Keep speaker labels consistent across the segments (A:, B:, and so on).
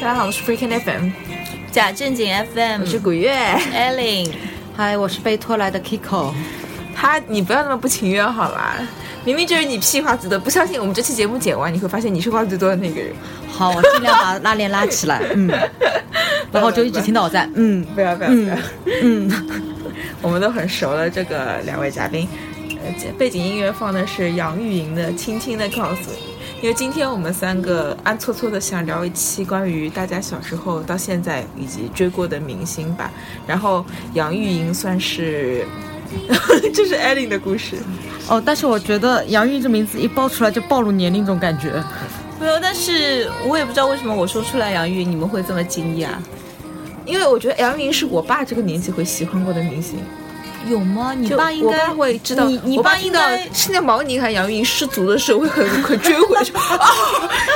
A: 大家好，我是 Freaking FM，
B: 假正经 FM，
A: 我是古月。
B: Ellen，
C: 嗯嗨，我是被拖来 的 Kiko。
A: 他，你不要那么不情愿好啦，明明就是你屁话最多。不相信我们这期节目剪完，你会发现你是话最多的那个人。
C: 好，我尽量把拉链拉起 来，嗯，然后就一直听到我在，嗯
A: 不要不要不要，嗯， 我们都很熟了。这个两位嘉宾，呃，背景音乐放的是杨钰莹的《轻轻的告诉你》，因为今天我们三个暗搓搓的想聊一期关于大家小时候到现在以及追过的明星吧。然后杨钰莹算是， 这是艾琳的故事。
C: 哦，但是我觉得杨钰这名字一爆出来就暴露年龄，这种感觉。
B: 没有，但是我也不知道为什么我说出来杨钰，你们会这么惊讶？
A: 因为我觉得杨钰莹是我爸这个年纪会喜欢过的明星，
B: 有吗？你
A: 就
B: 爸应
A: 我
B: 该
A: 爸会知道，
B: 你你
A: 我爸
B: 爸
A: 听
B: 应
A: 到
B: 该
A: 是那毛宁还是杨钰莹失足的时候会很很追回去， 啊，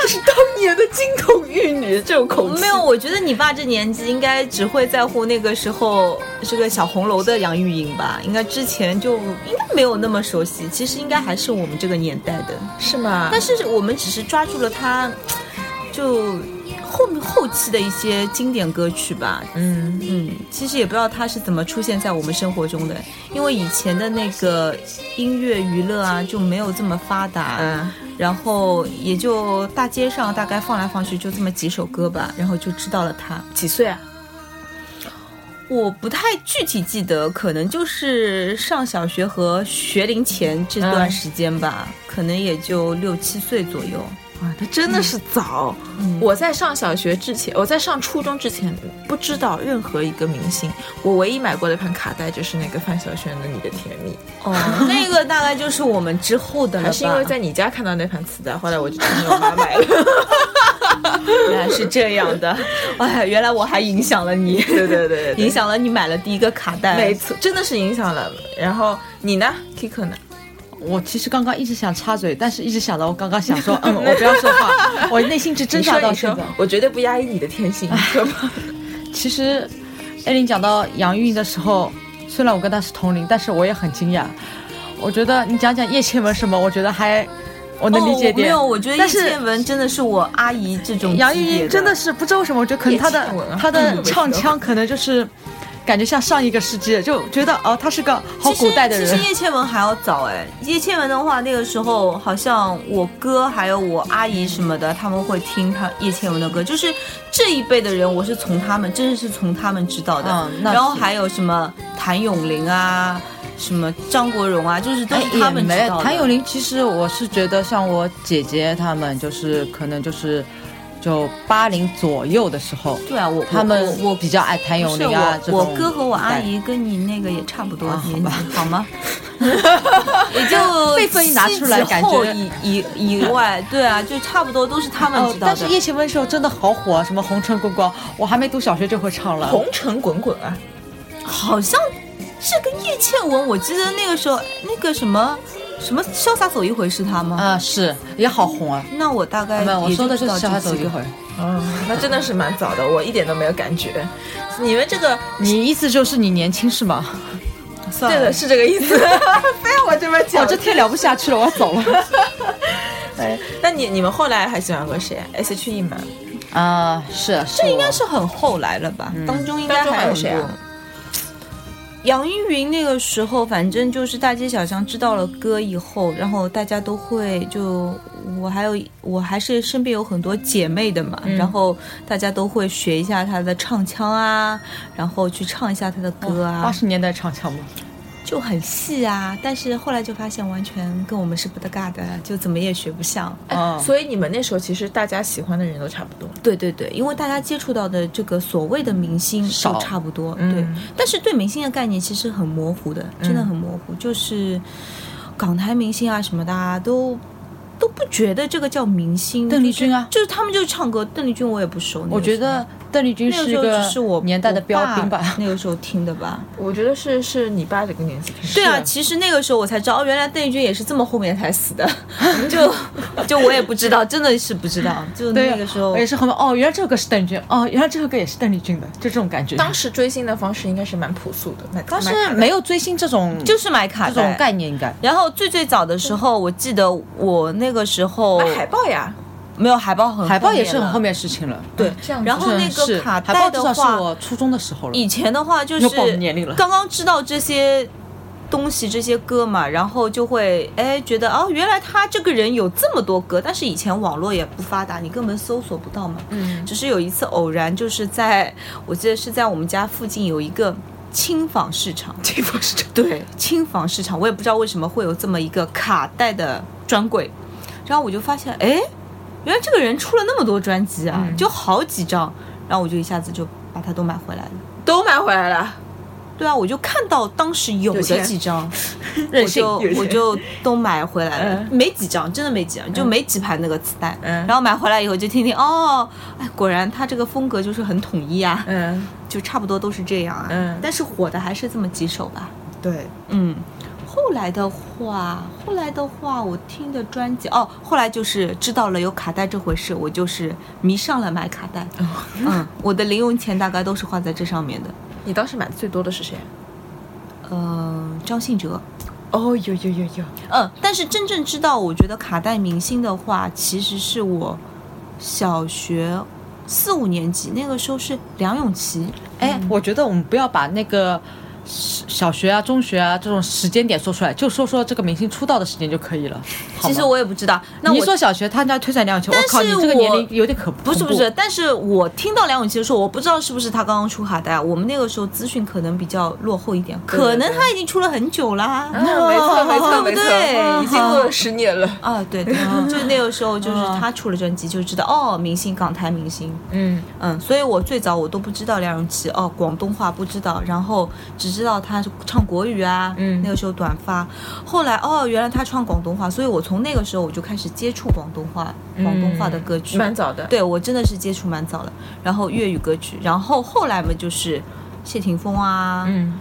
A: 这是当年的金童玉女这种 口气。
B: 没有，，我觉得你爸这年纪应该只会在乎那个时候这个小红楼的杨钰莹吧，应该之前就应该没有那么熟悉，其实应该还是我们这个年代的，
A: 是吗？
B: 但是我们只是抓住了他，就后后期的一些经典歌曲吧，
A: 嗯，
B: 嗯，其实也不知道它是怎么出现在我们生活中的，因为以前的那个音乐娱乐啊就没有这么发达，
A: 嗯，
B: 然后也就大街上大概放来放去就这么几首歌吧，然后就知道了它。
A: 几岁啊？
B: 我不太具体记得，可能就是上小学和学龄前这段时间吧，可能也就六七岁左右。
A: 啊，他真的是早。
B: 嗯
A: 我在上小学之前，我在上初中之前不知道任何一个明星。我唯一买过的一盘卡带就是那个范晓萱的《你的甜蜜
B: 哦， 那个大概就是我们之后的》，了吧？
A: 还是因为在你家看到那盘磁带，后来我就去我妈买 了。
B: 原来是这样的， 哎呀，原来我还影响了 你。
A: 对对对对对
B: 影响了你买了第一个卡带。
A: 没错，真的是影响了。然后你呢，Kiko 呢？
C: 我其实刚刚一直想插嘴，但是一直想到我刚刚想说， 嗯，我不要说话，我内心是挣
A: 你
C: 扎
A: 说
C: 到
A: 你
C: 现
A: 说
C: 在。，
A: 我绝对不压抑你的天性，你说吧。
C: 其实，艾琳讲到杨钰的时候，虽然我跟她是同龄，但是我也很惊讶。我觉得你讲讲叶倩文什么，我觉得还我能理解
B: 哦、没
C: 点。
B: 有，我觉得叶
C: 但是
B: 倩文真的是我阿姨这种
C: 杨
B: 级
C: 钰
B: 别
C: 莹真的是不知道为什么，我觉得可能她
A: 叶倩文
C: 的
A: 啊
C: 她的唱
A: 嗯
C: 腔可能就是感觉像上一个世纪，就觉得哦，她是个好古代的
B: 其实
C: 人
B: 其。实叶倩文还要早哎，叶倩文的话，那个时候好像我哥还有我阿姨什么的，他们会听她叶倩文的歌，就是这一辈的人，我是从他们，真的是从他们知道的。
C: 嗯那
B: 然后
C: 是
B: 还有什么谭咏麟啊，什么张国荣啊，就是都
C: 哎
B: 是他们知
C: 也
B: 道的。
C: 没谭咏麟，其实我是觉得像我姐姐她们，就是可能就是就八零左右的时候，
B: 对啊，我
C: 她们
B: 我我
C: 比较爱谭
B: 不
C: 咏
B: 是
C: 麟啊这
B: 我，我
C: 种
B: 哥和我阿
C: 代
B: 姨跟你那个也差不多
C: 啊
B: 年纪，好 吗？也就
C: 辈分一拿出来感
B: 七子
C: 觉
B: 后以以 以外，对啊，就差不多都是他们
C: 哦
B: 知，道
C: 但是
B: 的。
C: 叶倩文时候真的好火啊，什么红尘滚滚，我还没读小学就会唱了。
A: 红尘滚滚啊，
B: 好像这个叶倩文，我记得那个时候那个什么什么潇洒走一回是他吗？
C: 啊、是也好红啊。
B: 那我大概
C: 没有，我
B: 嗯也
C: 说的
B: 知
C: 是
B: 道
C: 小孩
B: 这
C: 走
B: 几
C: 一
B: 个
C: 会儿。
A: 哦，那真的是蛮早的，我一点都没有感觉。你们这个
C: 你意思就是你年轻是吗？
B: 算
A: 对
B: 了
A: 的是这个意思， 非要我哦这边
C: 我、
A: 讲。
C: 哦这天聊不下去了，我要走 了。
A: 哎，那你你们后来还喜欢过谁？S.H.E E 吗？
C: 啊、是是
B: 这应该
C: 我
B: 是很后来了吧？当中应
A: 嗯
B: 该
A: 当中还
B: 还
A: 有
B: 很
A: 谁啊
B: 多。杨钰莹那个时候，反正就是大街小巷知道了歌以后，然后大家都会就我还有我还是身边有很多姐妹的
A: 嗯
B: 嘛，然后大家都会学一下她的唱腔啊，然后去唱一下她的歌啊，
C: 八十年代唱腔吗？
B: 就很细啊。但是后来就发现完全跟我们是不搭嘎的，就怎么也学不像。
C: 啊、
A: 所以你们那时候其实大家喜欢的人都差不多。
B: 对对对，因为大家接触到的这个所谓的明星
C: 少
B: 都差不多，
A: 嗯
B: 对。但是对明星的概念其实很模糊的，真
C: 嗯
B: 的很模糊。就是港台明星啊什么的、啊，都都不觉得这个叫明星。
C: 邓丽君啊
B: 就是，就是他们就唱歌。邓丽君我也不熟，那个
C: 我觉
B: 时候
C: 得邓丽君
B: 那
C: 是
B: 时
C: 一
B: 候
C: 个
B: 只是我
C: 年代的
B: 我
C: 标
B: 爸
C: 兵吧？
B: 那个时候听的 吧。
A: 我觉得是是你爸这个年纪开始，
B: 对啊，
C: 是
B: 其实那个时候我才知道，哦，原来邓丽君也是这么后面才死的，就就我也不知道，真的是不知道，就
C: 对，
B: 那个时候
C: 我也是后面哦，原来这个是邓丽君，哦，原来这个也是邓丽君的，就这种感觉。
A: 当时追星的方式应该是蛮朴素的，买
C: 当时
A: 买卡带
C: 没有追星这种
B: 就是买卡
C: 这种
B: 带。
C: 概念，应该
B: 然后最最早的时候，我记得我那个时候
A: 买海报呀，
B: 没有海报很
C: 海报也是很后
B: 面
C: 面的事情了。嗯
B: 了对，
A: 嗯这样子
B: 然后那
C: 是
B: 个卡
C: 海报
B: 带
C: 至
B: 的
C: 少是
B: 话，
C: 我初中的时候了。
B: 以前的话就是
C: 又暴露年龄了
B: 刚刚知道这些东西这些歌嘛，然后就会哎觉得哦，原来他这个人有这么多歌，但是以前网络也不发达，你根本搜索不到嘛。
A: 嗯，
B: 只是有一次偶然，就是在我记得是在我们家附近有一个轻纺市 场，
A: 这方式
B: 对轻纺市场，我也不知道为什么会有这么一个卡带的专柜，然后我就发现，哎，原来这个人出了那么多专辑啊，
A: 嗯
B: 就好几张，然后我就一下子就把它都买回来了。
A: 都买回来了，
B: 对啊，我就看到当时有
A: 有
B: 的
A: 钱
B: 几 张，我
A: 任性
B: 就
A: 有钱
B: 我就都买回来了
A: 嗯，
B: 没几张，真的没几张，就没几盘那个磁带。
A: 嗯
B: 然后买回来以后就听听，哦，哎，果然他这个风格就是很统一啊，
A: 嗯，
B: 就差不多都是这样啊。
A: 嗯
B: 但是火的还是这么几首吧。
A: 对，
B: 嗯，后来的话，后来的话，我听的专辑哦，后来就是知道了有卡带这回事，我就是迷上了买卡带。
A: 哦
B: 嗯，我的零用钱大概都是花在这上面的。
A: 你当时买的最多的是谁？
B: 呃，张信哲，
A: 哦，有有有有，
B: 嗯，但是真正知道，我觉得卡带明星的话，其实是我小学四五年级那个时候是梁咏琪。
C: 哎，
B: 嗯
C: 我觉得我们不要把那个小小学啊、中学啊这种时间点说出来，就说说这个明星出道的时间就可以了。好
B: 其
C: 吗
B: 实我也不知道，那
C: 你一
B: 我
C: 说小学参加推荐梁咏琪，
B: 但是
C: 靠，你这个
B: 我
C: 年龄有点可
B: 不是
C: 恐
B: 不
C: 怖
B: 是，但是我听到梁咏琪的时候，我不知道是不是她刚刚出卡带，我们那个时候资讯可能比较落后一点，
A: 对
B: 可能
A: 对
B: 她已经出了很久啦。
A: 啊没错没错
B: 对不
A: 没错，
B: 对
A: 已经过了十年了，
B: 啊，对对，就是那个时候，就是她出了专辑就知道哦，明星港台明星，
A: 嗯，
B: 嗯，所以我最早我都不知道梁咏琪哦，广东话不知道，然后只知道她唱国语啊，
A: 嗯
B: 那个时候短发，后来哦，原来她唱广东话，所以我从那个时候我就开始接触广东话，广东话的歌曲，
A: 蛮早的，
B: 对我真的是接触蛮早的，然后粤语歌曲，然后后来嘛就是谢霆锋啊，嗯，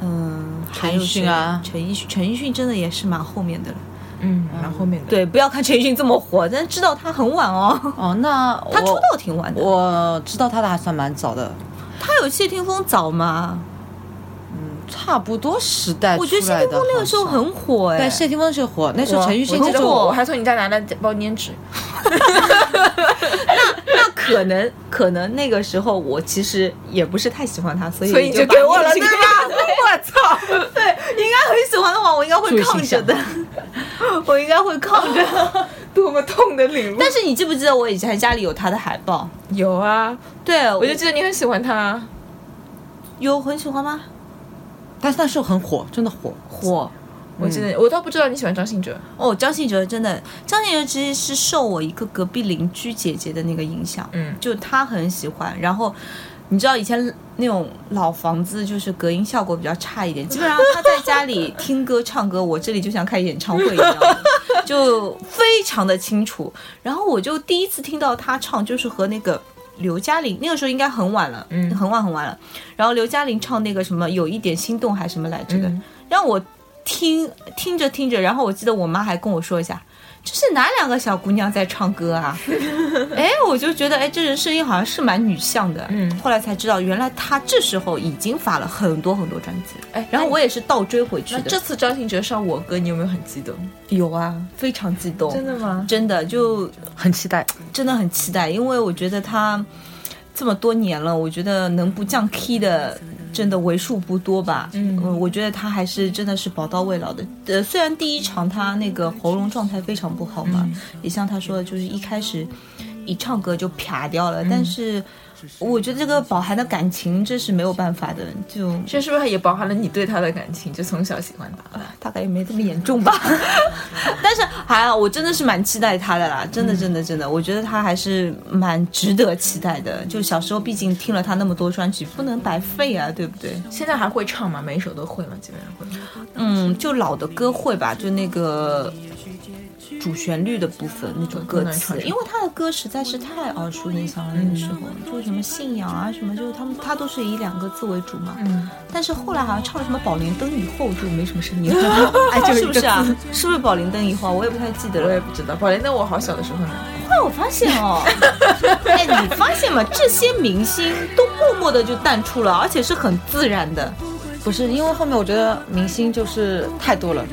A: 嗯
B: 还
C: 陈奕
B: 有
C: 迅
B: 谁
C: 啊
B: 陈奕迅，陈奕迅真的也是蛮后面的了，
A: 嗯，蛮后面的，
B: 对，不要看陈奕迅这么火，但知道他很晚哦，
C: 哦，那我
B: 他出道挺晚的，
C: 我知道他的还算蛮早的，
B: 他有谢霆锋早吗？
C: 差不多时代
B: 我觉得
C: 出
B: 谢
C: 来
B: 霆
C: 的
B: 锋那个时候
C: 好像
B: 很火哎、
C: 对谢霆锋那时候火，那时候陈奕迅
A: 我
C: 这
A: 记得
C: 种
A: 我我还从你家拿了包粘纸，
B: 那可能可能那个时候我其实也不是太喜欢他，所以
A: 所以你就
B: 把
A: 给我了，对
B: 这个
A: 吧？我操，
B: 对， 应该很喜欢的话，我应该
C: 注
B: 会
C: 意
B: 抗
C: 形
B: 着
C: 象
B: 的， 我应该会抗着。
A: 多么痛的领悟！
B: 但是你记不记得我以前家里有他的海报？
A: 有啊，嗯
B: 对，我
A: 我就记得你很喜欢他，
B: 有很喜欢吗？
C: 但是那时候很火，真的火。
B: 火
A: 我记得我倒不知道你喜欢张信哲，
B: 哦，张信哲真的，张信哲其实是受我一个隔壁邻居姐姐的那个影响，
A: 嗯
B: 就她很喜欢，然后。你知道以前那种老房子就是隔音效果比较差一点，基本上她在家里听歌唱歌，我这里就像开演唱会一样，就非常的清楚。然后我就第一次听到她唱，就是和那个刘嘉玲，那个时候应该很晚了，
A: 嗯
B: 很晚很晚了。然后刘嘉玲唱那个什么有一点心动还是什么来着的，
A: 嗯
B: 让我听听着听着，然后我记得我妈还跟我说一下，这是哪两个小姑娘在唱歌 啊？哎，我就觉得哎，这人声音好像是蛮女相的。
A: 嗯
B: 后来才知道，原来她这时候已经发了很多很多专辑了。
A: 哎
B: 然后
A: 那
B: 我也是倒追回去
A: 那
B: 的。
A: 这次张信哲上我歌，你有没有很激动？
B: 有啊，非常激动，
A: 真的吗
B: 真的就
C: 很期待，
B: 真的很期待，因为我觉得他这么多年了，我觉得能不降 key 的。真的为数不多吧，
A: 嗯
B: 我觉得他还是真的是宝刀未老的。呃，虽然第一场他那个喉咙状态非常不好嘛，也像他说的，就是一开始一唱歌就啪掉了，但是我觉得这个饱含的感情这是没有办法的，就
A: 这是不是也包含了你对他的感情？就从小喜欢他，
B: 大概也没这么严重吧。但是还好，我真的是蛮期待他的啦，真的真的真的，我觉得他还是蛮值得期待的。就小时候毕竟听了他那么多专辑，不能白费啊，对不对？
A: 现在还会唱吗？每一首都会吗？基本上会吗。
B: 嗯，就老的歌会吧，就那个主旋律的部分那种歌
A: 不能唱
B: 词，因为他的歌实在是太耳熟能详了。那个时候，
A: 嗯
B: 就是什么信仰啊，什么，就是他们他都是以两个字为主嘛。
A: 嗯，
B: 但是后来好像唱了什么《宝莲灯》以后就没什么声音 了，哎，就是不是啊？是不是《宝莲灯》以后？我也不太记得
A: 我也
B: 了。
A: 不知道。宝莲灯我好小的时候呢，
B: 后来我发现 哦，哎，你发现吗？这些明星都默默的就淡出了，而且是很自然的，
C: 不是因为后面我觉得明星就是太多了，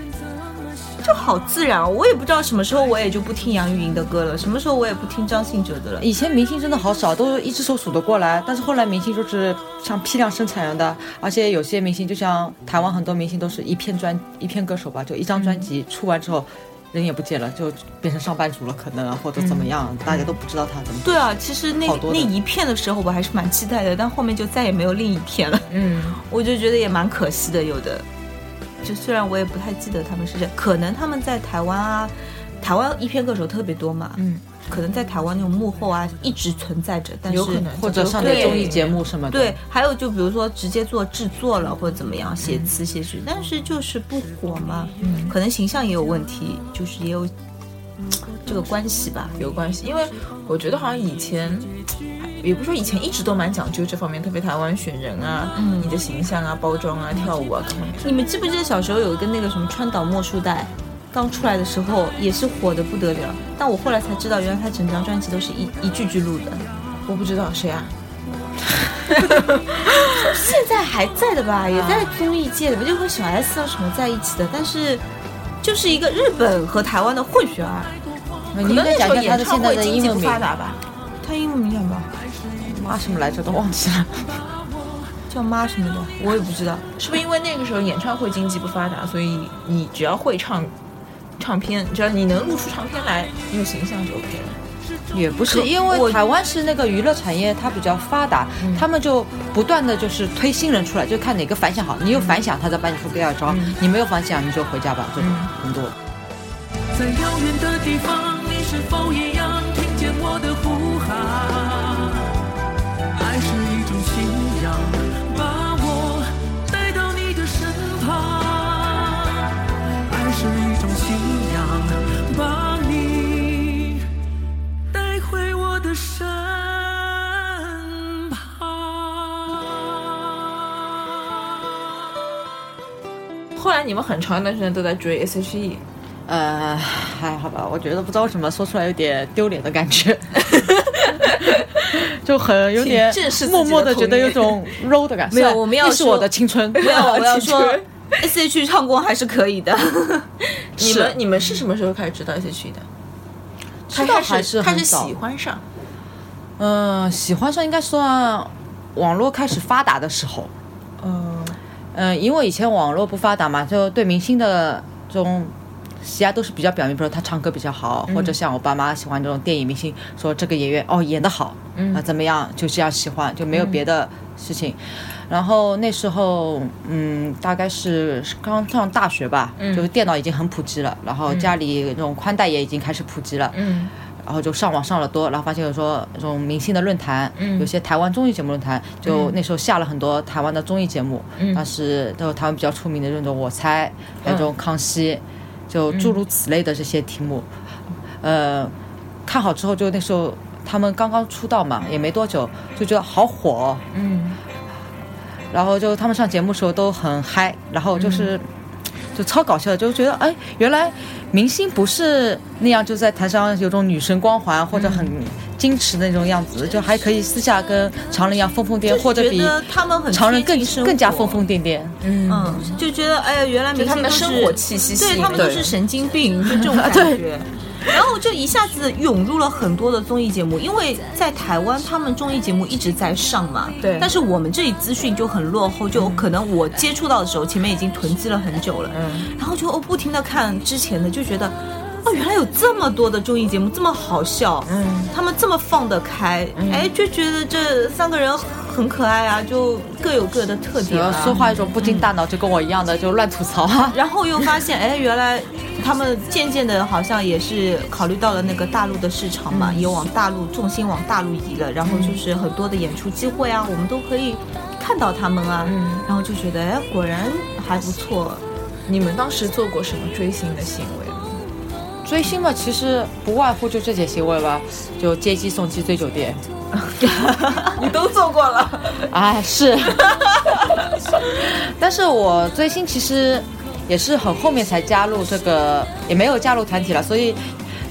B: 就好自然哦。我也不知道什么时候我也就不听杨钰莹的歌了，什么时候我也不听张信哲的了。
C: 以前明星真的好少，都是一只手数得过来。但是后来明星就是像批量生产人的，而且有些明星就像台湾很多明星都是一片专一片歌手吧，就一张专辑出完之后，人也不见了，就变成上班族了，可能啊或者怎
B: 嗯
C: 么样，大家都不知道他怎么。
B: 对啊，其实那
C: 好多
B: 那
C: 的
B: 一片的时候我还是蛮期待的，但后面就再也没有另一片了。
A: 嗯，
B: 我就觉得也蛮可惜的，有的。就虽然我也不太记得他们是谁，可能他们在台湾啊，台湾一片歌手特别多嘛，
A: 嗯，
B: 可能在台湾那种幕后啊一直存在着，但是
A: 有可能
C: 或者上点综艺节目什么的，
B: 对，还有就比如说直接做制作了或者怎么样，写词写曲，但是就是不火嘛，
A: 嗯
B: 可能形象也有问题，就是也有嘖这个关系吧。
A: 有关系，因为我觉得好像以前。也不是说以前一直都蛮讲究这方面，特别台湾选人啊，
B: 嗯
A: 你的形象啊、包装啊、跳舞啊各方面。
B: 你们记不记得小时候有一个那个什么川岛茉树带，刚出来的时候也是火的不得了，但我后来才知道，原来他整张专辑都是一一句句录的。
A: 我不知道谁啊，
B: 现在还在的
C: 嗯
B: 吧，也在综艺界的吧，就和小 S 啊什么在一起的，但是就是一个日本和台湾的混血儿。
C: 嗯你
A: 可
C: 应
A: 能
C: 该
A: 那时
C: 讲
A: 候
C: 一下他
A: 演
C: 的
A: 唱
C: 现在
A: 会
C: 的
A: 经
C: 英
A: 济
C: 文
A: 不
C: 名
A: 发达 吧？
B: 他英文名叫什么？
C: 妈什么来着都 忘记了。
B: 叫妈什么的，我也不知道。
A: 是不是因为那个时候演唱会经济不发达，所以你只要会唱唱片，只要你能录出唱片来，你有形象就 OK 了。
C: 也不是，
B: 可
C: 因
B: 我
C: 为台湾是那个娱乐产业，它比较发达，他们就不断的就是推新人出来，就看哪个反响好，你有反响，他再帮你出第二招，你没有反响，你就回家吧，这种
A: 嗯
C: 很多。
D: 在遥远的地方，你是否一样听见我的呼喊？爱是一种信仰，把我带到你的身旁。爱是一种信仰，把你带回我的身旁。
A: 后来你们很长一段时间都在追 E，S.H.E，
C: 呃，还好吧，我觉得不知道为什么说出来有点丢脸的感觉，就很有点
A: 请正视自己的
C: 默默的
A: 童
C: 觉
A: 年
C: 得有种 low 的感觉。
B: 没有
C: 虽然
B: 我们要
C: 那是
B: 说
C: 我的青春，
B: 没有，我要
C: 青
B: 说
C: 春
B: S.H. 唱功还是可 以的。
A: 你
C: 是
A: 们你们是什么时候开始知道 S.H.E 的？
C: 知道还
A: 开
C: 是
A: 始开
C: 很
A: 始
C: 早
A: 喜欢上，
C: 嗯，喜欢上应该算网络开始发达的时候。
A: 嗯，
C: 嗯，因为以前网络不发达嘛，就对明星的这种喜爱都是比较表面，比如说他唱歌比较好，
A: 嗯
C: 或者像我爸妈喜欢这种电影明星，说这个演员哦演得好，
A: 嗯
C: 啊怎么样，就是要喜欢，就没有别的事情。
A: 嗯
C: 然后那时候，嗯，大概是刚上大学吧，
A: 嗯
C: 就是电脑已经很普及了，然后家里那种宽带也已经开始普及了，
A: 嗯
C: 然后就上网上了多，然后发现有说这种明星的论坛，
A: 嗯
C: 有些台湾综艺节目论坛，就那时候下了很多台湾的综艺节目，
A: 嗯
C: 但是都有台湾比较出名的那种《我猜》，还有这种《康熙》，就
B: 嗯
C: 诸如此类的这些题目，呃，看好之后就那时候他们刚刚出道嘛，
B: 嗯
C: 也没多久，就觉得好火、哦，
A: 嗯，
C: 然后就他们上节目的时候都很嗨，然后就是、
B: 嗯
C: 就超搞笑的，就觉得哎，原来明星不是那样，就在台上有种女神光环或者很矜持的那种样子，就还可以私下跟啊常人一样疯疯癫癫，或者
B: 嗯
C: 比
B: 觉得他们很
C: 常人更
B: 贴近生活
C: 更加疯。疯癫癫。
B: 嗯，就觉得哎呀，原来明
A: 就
B: 星
A: 他们的
B: 都是
A: 生活气息吸引
B: 对他们都
A: 人
B: 是神经病，就这 种感觉。然后就一下子涌入了很多的综艺节目，因为在台湾他们综艺节目一直在上嘛。
A: 对
B: 但是我们这里资讯就很落后，就可能我接触到的时候，前面已经囤积了很久了。
A: 嗯。
B: 然后就哦不停的看之前的，就觉得。哦，原来有这么多的综艺节目这么好笑，
A: 嗯，
B: 他们这么放得开，哎、就觉得这三个人很可爱啊，就各有各的特
C: 主
B: 点、
C: 要
B: 啊。
C: 说话一种不经大脑，就跟我一样的就乱吐槽啊。
B: 然后又发现，哎，原来他们渐渐的，好像也是考虑到了那个大陆的市场嘛，也往大陆重心往大陆移了。然后就是很多的演出机会啊，我们都可以看到他们啊。然后就觉得，哎，果然还不错。
A: 你们当时做过什么追星的行为吗？
C: 追星嘛，其实不外乎就这些行为吧，就接机、送机、追酒店。
A: 你都做过了，
C: 哎，是。但是我追星其实也是很后面才加入这个，也没有加入团体了，所以。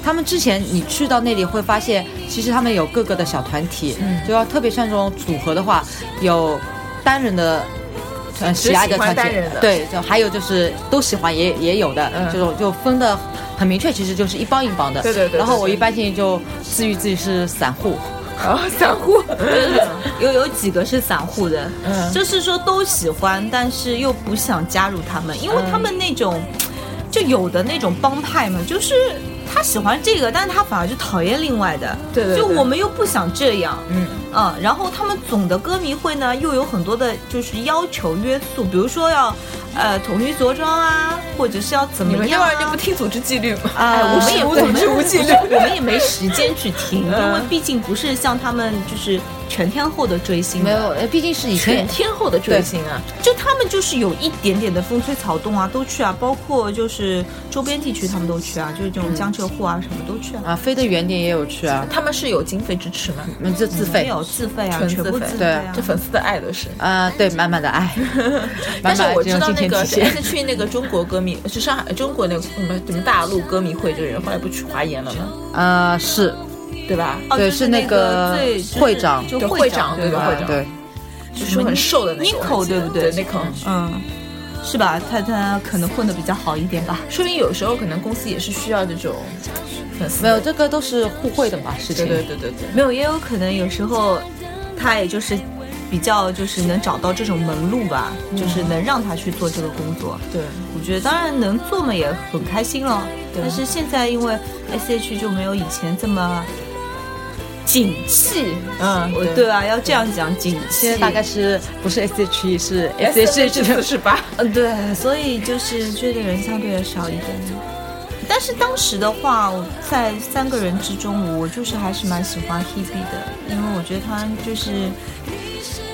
C: 他们之前你去到那里会发现，其实他们有各个的小团体，
A: 嗯
C: 就要特别像这种组合的话，有单人的，呃，喜爱的
A: 喜欢
C: 团体
A: 单人的，
C: 对，就还有就是都喜欢也也有的、
A: 嗯
C: 这种，就分的很明确，其实就是一帮一帮的。
A: 对对对对
C: 然后我
A: 对
C: 一般性就自愈自己是散户，
A: 啊，散户，
B: 有有几个是散户的，
A: 嗯
B: 就是说都喜欢，但是又不想加入他们，因为他们那种、
A: 嗯
B: 就有的那种帮派嘛，就是他喜欢这个，但是他反而就讨厌另外的，
A: 对对对
B: 就我们又不想这样，
A: 嗯
B: 嗯，然后他们总的歌迷会呢，又有很多的就是要求约束，比如说要呃统一着装啊，或者是要 怎
A: 你
B: 么
A: 们幼
B: 样、
A: 儿
B: 啊。
A: 园不听组织纪律吗？
B: 哎
A: 哎
B: 我们也
A: 无组织无纪律。
B: 我们也没时间去听，因为
A: 嗯
B: 毕竟不是像他们就是全天候的追星的，
C: 没有，呃毕竟是以前
A: 全天候的追星啊，
B: 就他们就是有一点点的风吹草动啊，都去啊，包括就是周边地区他们都去啊，就是这种江浙沪啊，什么都去啊。
C: 啊，飞得远点也有去啊，
A: 他们是有经费支持吗？
C: 嗯，就自
B: 没
C: 费。
B: 有自费啊，
A: 纯
B: 全
A: 自
B: 部
A: 费
B: 自费啊。
A: 这粉丝的爱都是。
C: 啊，对，满满 的爱，
A: 但
C: 满
A: 是
C: 满
A: 我
C: 这
A: 知
C: 种
A: 道
C: 金
A: 那个
C: 钱体
A: 是
C: 现。
A: 是去那个中国歌迷，是上海中国那个什么什么大陆歌迷会这个人，后来不去华研了吗？
C: 啊，是，
A: 对吧？
B: 哦
C: 对
B: 就是
C: 那
B: 那
C: 个
B: 最就是
C: 会长
B: 就
A: 对
B: 会
A: 会长
B: 对
A: 对
B: 吧
A: 吧？
C: 啊
A: 会长
C: 对，
A: 就是很瘦的那个
B: Nico，
A: 我记得
B: 对不对
A: 对，Nico，
B: 嗯，是吧？他他可能混的比较好一点吧。
A: 说明有时候可能公司也是需要这种粉丝
C: 没
A: 的。
C: 有这个都是互惠的嘛，事
A: 对
C: 情。
A: 对对对对。
B: 没有，也有可能有时候他也就是比较就是能找到这种门路吧，
C: 嗯
B: 就是能让他去做这个工作。
A: 对，
B: 我觉得当然能做嘛，也很开心了。
A: 对
B: 但是现在因为 S H 就没有以前这么景气，
A: 嗯
B: 我
A: 对
B: 对吧？要这样讲，景气
C: 现在大概是不是 S H E 是 S H E
A: SH 四十八，
B: 嗯对，所以就是追的人相对的少一点。但是当时的话，我在三个人之中，我就是还是蛮喜欢 Hebe 的，因为我觉得他就是，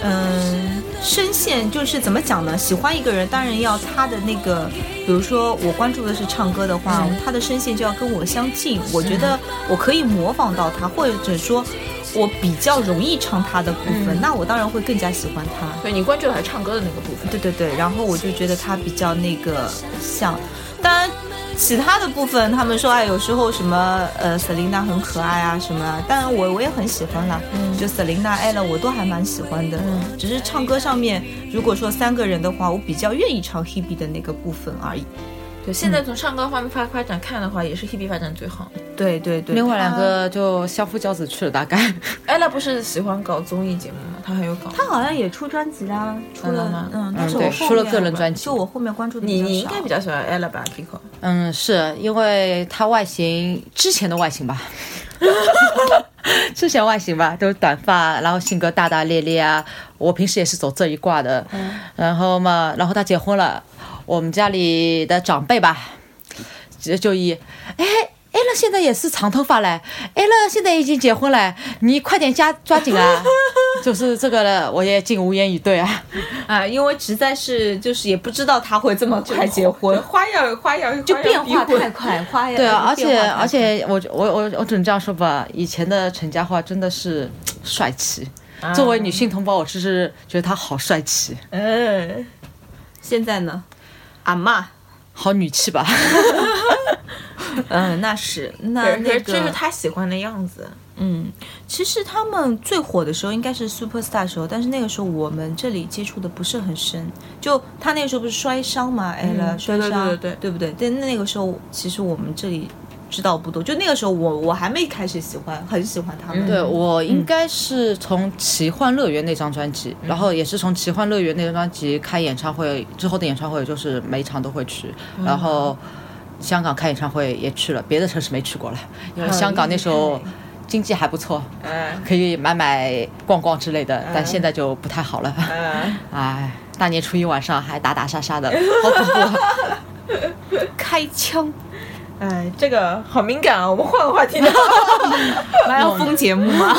B: 嗯、声线就是怎么讲呢？喜欢一个人，当然要他的那个，比如说我关注的是唱歌的话，他的声线就要跟我相近。我觉得我可以模仿到他，或者说我比较容易唱他的部分，那我当然会更加喜欢他。
A: 对你关注的还是唱歌的那个部分。
B: 对对对，然后我就觉得他比较那个像，当然其他的部分他们说哎，有时候什么呃，Selina 很可爱啊什么啊，当然我我也很喜欢啦，就 Selina、Ella 我都还蛮喜欢的，只是唱歌上面如果说三个人的话，我比较愿意唱 Hebe 的那个部分而已。
A: 对，现在从唱歌方面发发展看的话，也是 Hebe 发展最好。
B: 对对对，
C: 另外
A: 啊
C: 两个就相夫教子去了，大概。
A: ella 不是喜欢搞综艺节目吗？她很有搞。
B: 他好像也出专辑啦，出
A: 嗯
B: 了
A: 吗
B: 嗯，但是
C: 嗯
B: 我
C: 对
B: 后
C: 出了
B: 面
C: 个人专辑
B: 就我后面关注的
A: 你
B: 比较
A: 你应
B: 少
A: 该比较喜欢 ella 吧，Kiko？
C: 嗯，是因为他外形之前的外形吧， 之前外形吧，都是短发，然后性格大大咧咧啊。我平时也是走这一挂的，然后嘛，然后他结婚了，我们家里的长辈吧，就就一，哎。艾乐现在也是长头发嘞，艾乐现在已经结婚嘞，你快点加抓紧啊！就是这个了，我也竟无言以对啊。
B: 啊，因为实在是就是也不知道他会这么快结婚，
A: 花样花样
B: 就变化太
A: 快。
B: 快，花样
C: 对啊，而且
B: 变化太快
C: 而且我我我我只能这样说吧，以前的陈嘉桦真的是帅气。
B: 啊
C: 作为女性同胞，我就是觉得她好帅气，
A: 嗯，
B: 现在呢，阿嬷，
C: 好女气吧。
B: 嗯，那是那
A: 对，可
B: 那
A: 是这是
B: 个，
A: 她喜欢的样子。
B: 嗯，其实他们最火的时候应该是 Superstar 时候，但是那个时候我们这里接触的不是很深，就他那个时候不是摔伤嘛，哎了、摔
A: 嗯对对
B: 伤，
A: 对对对
B: 不对？但那个时候其实我们这里知道不多，就那个时候我我还没开始喜欢，很喜欢
A: 嗯
B: 他们，
C: 对我应该是从《奇幻乐园》那张专辑，
A: 嗯
C: 然后也是从《奇幻乐园》那张专辑开演唱会之后的演唱会，就是每一场都会去，
A: 嗯
C: 然后香港开演唱会也去了，别的城市没去过了，因为香港那时候经济还不错，
A: 嗯
C: 可以买买逛逛之类的，但
A: 嗯
C: 现在就不太好了。
A: 嗯，
C: 哎，大年初一晚上还打打杀杀的，好恐怖啊！
B: 开枪，
A: 哎，这个好敏感啊！我们换个话 题聊。
B: 还要封节目吗？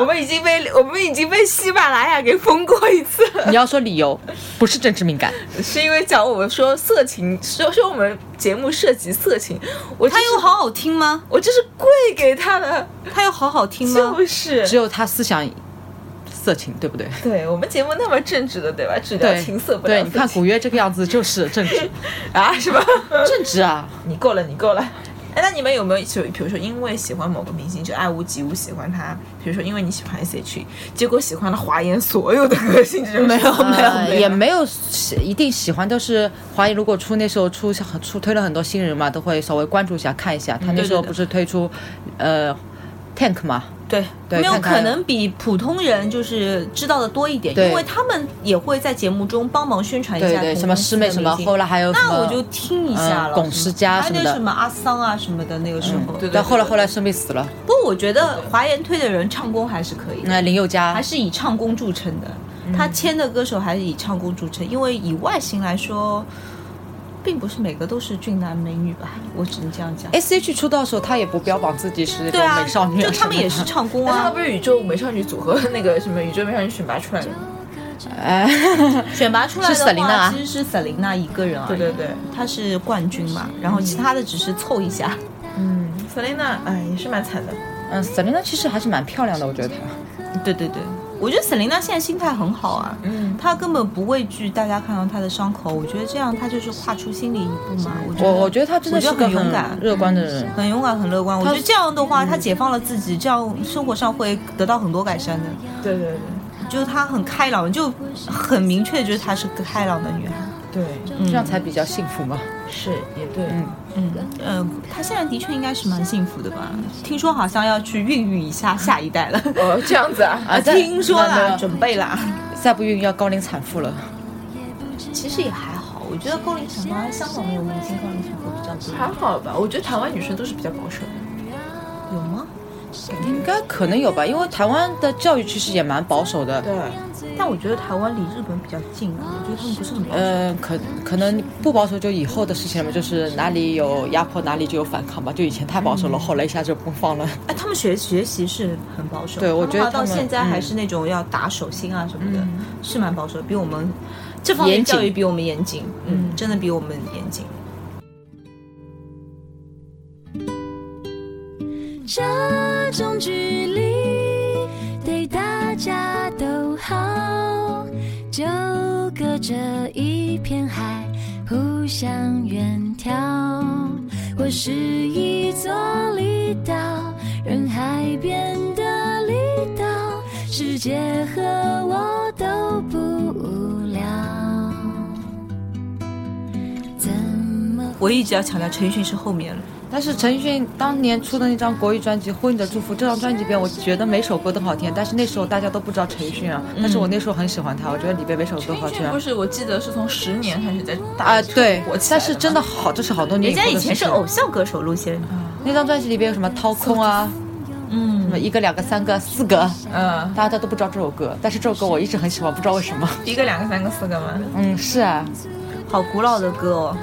A: 我们已经被 我们已经被喜马拉雅给封过一次了，
C: 你要说理由，不是政治敏感，
A: 是因为讲我们说色情，说说我们节目涉及色情，我
B: 它
A: 这
B: 有
A: 是
B: 好好听吗？
A: 我这是跪给他的，
B: 它有好好听吗？
A: 就是
C: 只有他思想色情，对不对？
A: 对我们节目那么正直的，对吧？只聊
C: 对，
A: 情色不聊
C: 对，
A: 色
C: 你看
A: 情
C: 古月这个样子就是 政治，
A: 啊，是吧？
C: 政治啊，
A: 你够了，你够了。哎，那你们有没有就比如说因为喜欢某个明星就爱屋及乌，喜欢他？比如说因为你喜欢 S.H.E，结果喜欢了华研所有的歌星，这种啊没有
C: 没有，呃也没有喜一定喜欢，就是华谊如果出那时候出出推了很多新人嘛，都会稍微关注一下看一下。他那时
B: 嗯
C: 候
B: 对对对
C: 不是推出呃 Tank 嘛，
A: 对，
C: 对，
B: 没有
C: 看看
B: 可能比普通人就是知道的多一点，
C: 对
B: 因为他们也会在节目中帮忙宣传一下
C: 对对
B: 同
C: 什么
B: 公司
C: 师妹
B: 的
C: 什么，
B: 明星
C: 后来还有什
B: 那
C: 么
B: 我就听一下了，
C: 嗯董事家
B: 还有
C: 什么
B: 那
C: 的嗯
B: 什么阿桑啊什么的，那个时候。
A: 对对
C: 哦但后来后来生病死了。
B: 不过我觉得华研推的人唱功还是可以的，
C: 那林宥嘉
B: 还是以唱功著称的。
C: 嗯
B: 他签的歌手还是以唱功著称，因为以外形来说，并不是每个都是俊男美女吧，我只能这样讲。
C: S.H. 出道的时候，他也不标榜自己是那
B: 对
C: 种
B: 啊，
C: 美少女哎啊什么的，
B: 就他们也是唱功
A: 那哎他
B: 啊
A: 们不，是宇宙美少女组合那个什么宇宙美少女选拔出来的？
C: 哎，
B: 选拔出来的
C: 是 Selina
B: 话，
C: 啊
B: 其实是 Selina 一个人而已。
A: 对对对，
B: 她是冠军嘛，然后其他的只是凑一下。
A: 嗯，Selina，哎，也是蛮惨的。
C: 嗯，Selina 其实还是蛮漂亮的，我觉得她。嗯
B: 对对对，我觉得 Selina 现在心态很好啊，
A: 嗯，
B: 她根本不畏惧大家看到她的伤口，我觉得这样她就是跨出心理一步嘛。我觉得
C: 我我觉得她真的是
B: 我觉
C: 个
B: 得很勇
C: 很
B: 敢。
C: 乐观的人。
B: 很勇敢，很乐观。我
C: 她嗯
B: 觉得这样的话，她解放了自己，这样生活上会得到很多改善的。
A: 对对
B: 就是她很开朗，就很明确，就是她是个开朗的女孩。
A: 对对，
C: 这样才比较幸福嘛。
A: 是也对。
B: 嗯呃，她现在的确应该是蛮幸福的吧？听说好像要去孕育一下下一代了。
A: 哦，这样 子啊，
C: 啊但
B: 听说
C: 那
B: 啦，
C: 那
B: 准备啦。
C: 再不孕要高龄产妇了。
B: 其实也还好，我觉得高龄产妇还是香港没有明星高龄产妇比较
A: 还
B: 多，
A: 好吧？我觉得台湾女生都是比较保守的。
B: 有吗？
C: 应该可能有吧，因为台湾的教育其实也蛮保守的。
A: 对，
B: 但我觉得台湾离日本比较近啊，我觉得他们不是很保守。
C: 嗯，可可能不保守就以后的事情了嘛，就是哪里有压迫哪里就有反抗吧。就以前太保守了，后来一下就奔放了。
B: 哎，他们学学习是很保守，
C: 对我觉得
B: 他们好
C: 他
B: 像到
C: 们嗯
B: 现在还是那种要打手心啊什么的，是蛮保守，比我们这方面
C: 严谨
B: 教育比我们严谨，嗯，真的比我们严谨。
E: 这种距离对大家都好，就隔着一片海互相远眺。我是一座离岛，人海边的离岛，世界和我都不无聊。怎么会？
B: 我一直要强调陈奕迅是后面了，
C: 但是陈奕迅当年出的那张国语专辑《婚姻的祝福》，这张专辑里边，我觉得每首歌都好听，但是那时候大家都不知道陈奕迅啊，但是我那时候很喜欢他，我觉得里边每首歌都好听
A: 这
C: 啊
A: 不。是我记得是从十年开始在大
C: 啊，对
A: 火，起来
C: 但
A: 的
C: 是真的好，这是好多年
B: 呃人
C: 以
B: 家
C: 后的
B: 以
C: 事
B: 前是
C: 情
B: 偶像歌手路线，
C: 那张专辑里边有什么掏空啊，什
B: 嗯，
C: 么一个、两个、三个、四个，
A: 嗯，
C: 大家都不知道这首歌，但是这首歌我一直很喜欢，不知道为什么。
A: 一个、两个、三个、四个吗？
C: 嗯，是啊，
B: 好古老的歌哦，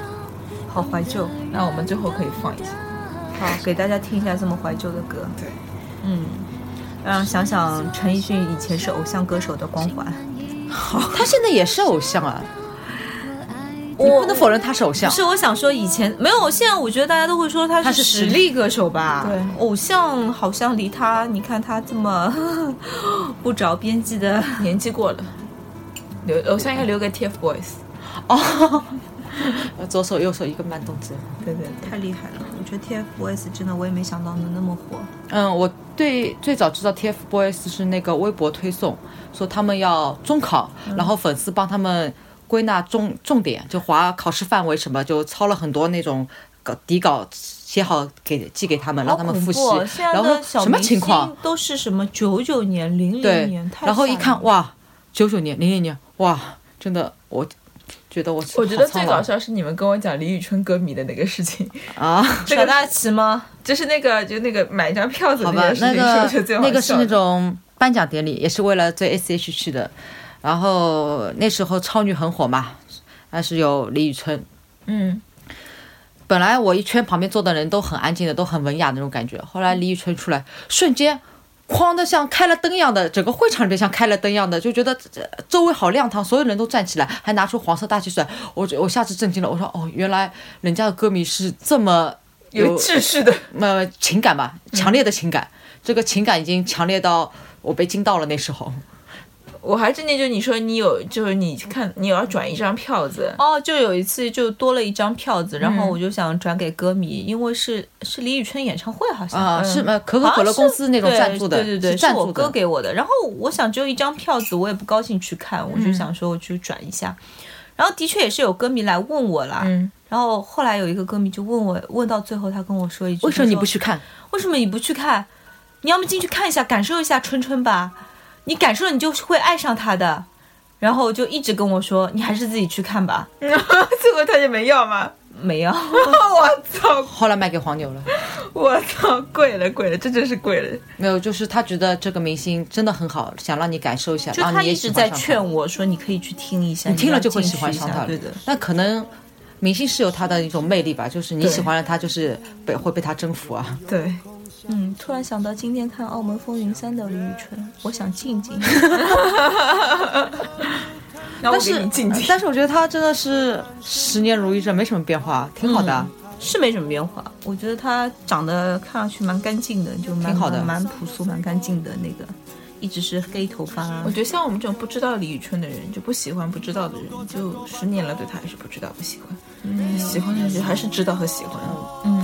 B: 好怀旧。
A: 那我们最后可以放一下。
B: 好，给大家听一下这么怀旧的歌。
A: 对，
B: 嗯，让想想陈奕迅以前是偶像歌手的光环。
C: 他现在也是偶像啊，
B: 我
C: 你不能否认他是偶像
B: 不。是，我想说以前没有，现在我觉得大家都会说他
C: 他
B: 是实
C: 是实
B: 力歌手吧？
A: 对
B: 偶像好像离他，你看他这么 不着边际的，
A: 年纪过了，留偶像应该留给 TFBOYS。
C: 哦， 左手右手一个慢动作。
A: 对对对，
B: 太厉害了！我觉得 TFBOYS 真的，我也没想到能那么火。
C: 嗯，我对最早知道 TFBOYS 是那个微博推送，说他们要中考，然后粉丝帮他们归纳重重点，就划考试范围什么，就抄了很多那种稿底稿，写好给寄给他们，
B: 好
C: 让他们
B: 恐
C: 复习
B: 怖哦！。现在
C: 然后
B: 的小
C: 什么
B: 明
C: 情
B: 星
C: 况？
B: 都是什么九九年、零零
C: 对
B: 年，太，
C: 然后一
B: 吓人了
C: 看哇，九九年、零零年，哇，真的，我觉得我
A: 我觉得
C: 好
A: 最
C: 苍
A: 搞
C: 老
A: 笑是你们跟我讲李宇春歌迷的那个事情，
C: 啊。
B: 耍大旗吗？
A: 就是那个就那个买一张票子
C: 好
A: 那
C: 吧
A: 件，事
C: 那
A: 情，是我觉得最
C: 个
A: 好
C: 那个是
A: 笑
C: 那
A: 的
C: 种颁奖典礼，也是为了追 S H 去的。然后那时候超女很火嘛，但是有李宇春，
A: 嗯，
C: 本来我一圈旁边坐的人都很安静的，都很文雅的那种感觉，后来离一圈出来，瞬间。哐的像开了灯一样的，整个会场里面像开了灯一样的，就觉得这周围好亮堂，所有人都站起来，还拿出黄色大气水。我我下次震惊了，我说哦，原来人家的歌迷是这么
A: 有秩序的，
C: 呃情感吧，强烈的情感，这个情感已经强烈到我被惊到了。那时候，
B: 嗯
A: 我还真的就你说你有，就是你看你要转一张票子，
B: 哦，就有一次就多了一张票子，然后
C: 嗯
B: 我就想转给歌迷，因为是是李宇春演唱会，好像嗯
C: 啊、是呃可口
B: 好像
C: 可乐公司那种
B: 是
C: 赞助的，
B: 对对对，
C: 是
B: 是
C: 赞
B: 我
C: 助
B: 哥
C: 的。
B: 给我的。然后我想只有一张票子，我也不高兴去看，我
A: 嗯
B: 就想说我去转一下。然后的确也是有歌迷来问我啦，
A: 嗯
B: 然后后来有一个歌迷就问我，问到最后他跟我说一句：“
C: 为什么你
B: 他说
C: 不去看？
B: 为什么你不去看？你要么进去看一下，感受一下春春吧。你感受了，你就会爱上他的。”然后就一直跟我说：“你还是自己去看吧。
A: 最后他就没要嘛。”
B: 没有，
A: 我操，
C: 后来卖给黄牛了。
A: 我操，贵了贵了，这真是贵了。
C: 没有，就是他觉得这个明星真的很好，想让你感受一下，
B: 就
C: 让
B: 他
C: 啊你也
B: 一
C: 喜
B: 直
C: 欢
B: 在
C: 上他
B: 劝我说：“你可以去听一下，
C: 你听了
B: 要
C: 就会
B: 进
C: 喜欢
B: 去一
C: 上
B: 下
C: 他了。
B: 对的，
C: 那可能明星是有他的一种魅力吧，就是你
A: 对
C: 喜欢了他，就是被会被他征服啊。
A: 对，
B: 嗯，突然想到今天看《澳门风云三》的李宇春，我想静 静。
A: 那我
C: 但
A: 给
C: 是
A: 你静静。
C: 但是我觉得他真的是十年如一日，没什么变化，挺好的啊。
B: 是没什么变化，我觉得她长得看上去蛮干净的，就蛮
C: 挺好的
B: 蛮朴素、蛮干净的那个，一直是黑头发啊
A: 我。觉得像我们这种不知道李宇春的人，就不喜欢不知道的人，就十年了对他还是不知道不喜欢，喜欢的人还是知道和喜欢，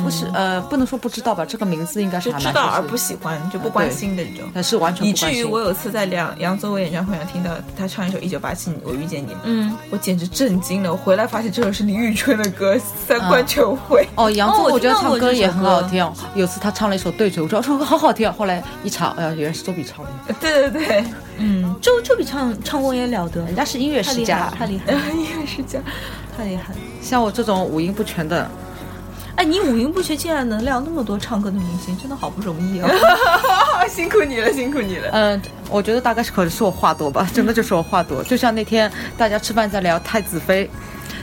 C: 不是呃，不能说不知道吧，这个名字应该是
A: 就
C: 还
A: 知
C: 蛮
A: 道
C: 合适
A: 而
C: 的
A: 不喜欢，就不关心的这种。
C: 但是完全
A: 以
C: 不关
A: 至于
C: 心。
A: 我有次在梁杨宗纬演唱会上听到他唱一首《一九八七》，我遇见你们，
B: 嗯，
A: 我简直震惊了。我回来发现这首是李宇春的歌，三观全毁。
C: 哦，杨宗
B: 哦
C: 纬
B: 我知
C: 觉得
B: 道
C: 唱
B: 过
C: 歌
B: 这
C: 也
B: 首
C: 很
B: 歌
C: 好听，有次他唱了一首《对嘴》，我说这首歌好好听，后来一查，哎呀，原来是周笔畅的，
A: 对对对，
B: 嗯，周周笔畅唱功也了得，
C: 人家是音乐
B: 太
C: 世
B: 厉害
C: 家
B: 了，。太厉害了，
A: 应该是这样。
B: 太厉害了！
C: 像我这种五音不全的，
B: 哎，你五音不全竟然能聊那么多唱歌的明星，真的好不容易哦。
A: 啊，辛苦你了，辛苦你了。
C: 嗯，我觉得大概是可能是我话多吧，真的就是我话多。就像那天大家吃饭在聊《太子妃》，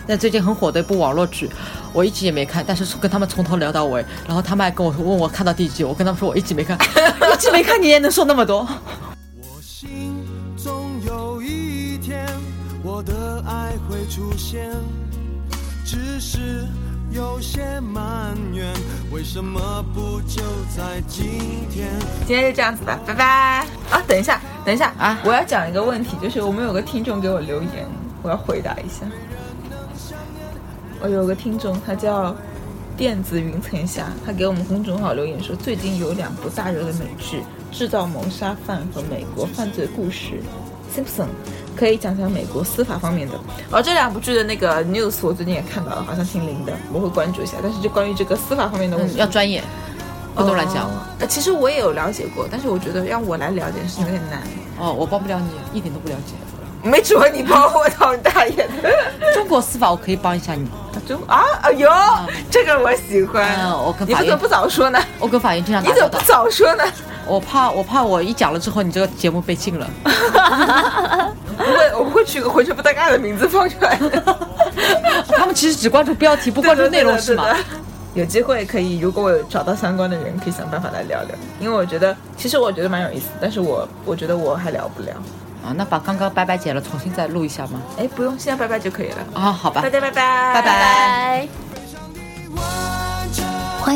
C: 那最近很火的一部网络剧，我一集也没看，但是跟他们从头聊到尾，然后他们还跟我说问我看到第几集，我跟他们说我一集没看， 一集没看你也能说那么多。
D: 我心总有一天，我的爱会出现，只是有些埋怨，为什么不就在今天？
A: 今天就这样子吧，拜拜。啊，等一下，等一下
C: 啊
A: 我要讲一个问题，就是我们有个听众给我留言，我要回答一下。我有个听众，他叫电子云层霞，他给我们公众号留言说，最近有两部大热的美剧《制造谋杀犯》和《美国犯罪故事》（Simpson），可以讲讲美国司法方面的。而、这两部剧的那个 news 我最近也看到了，好像挺灵的，我会关注一下。但是就关于这个司法方面的问题，
C: 嗯，要专业，不能乱讲。
A: 哦呃其实我也有了解过，但是我觉得让我来了解是有点难。
C: 哦，我帮不了你，一点都不了解。
A: 没指望你帮我，操你大爷的！
C: 中国司法我可以帮一下你，
A: 就啊，哎呦，这个我喜欢。
C: 嗯我跟
A: 你
C: 法
A: 怎么
C: 院
A: 不早说呢？
C: 我跟法院经常
A: 你
C: 打
A: 怎么
C: 交
A: 不
C: 道，
A: 早说呢？
C: 我怕我怕我一讲了之后你这个节目被禁了。
A: 我会我会取个浑全不搭嘎的名字放出来的。
C: 他们其实只关注标题，不关注内容是吗？
A: 对的？对的对的有机会可以，如果我有找到相关的人，可以想办法来聊聊。因为我觉得，其实我觉得蛮有意思，但是我我觉得我还聊不了。
C: 啊，那把刚刚拜拜剪了，重新再录一下吗？
A: 哎，不用，现在拜拜就可以了。
C: 啊，好吧
A: 大。家拜拜，
C: 拜拜
E: 拜。
F: 欢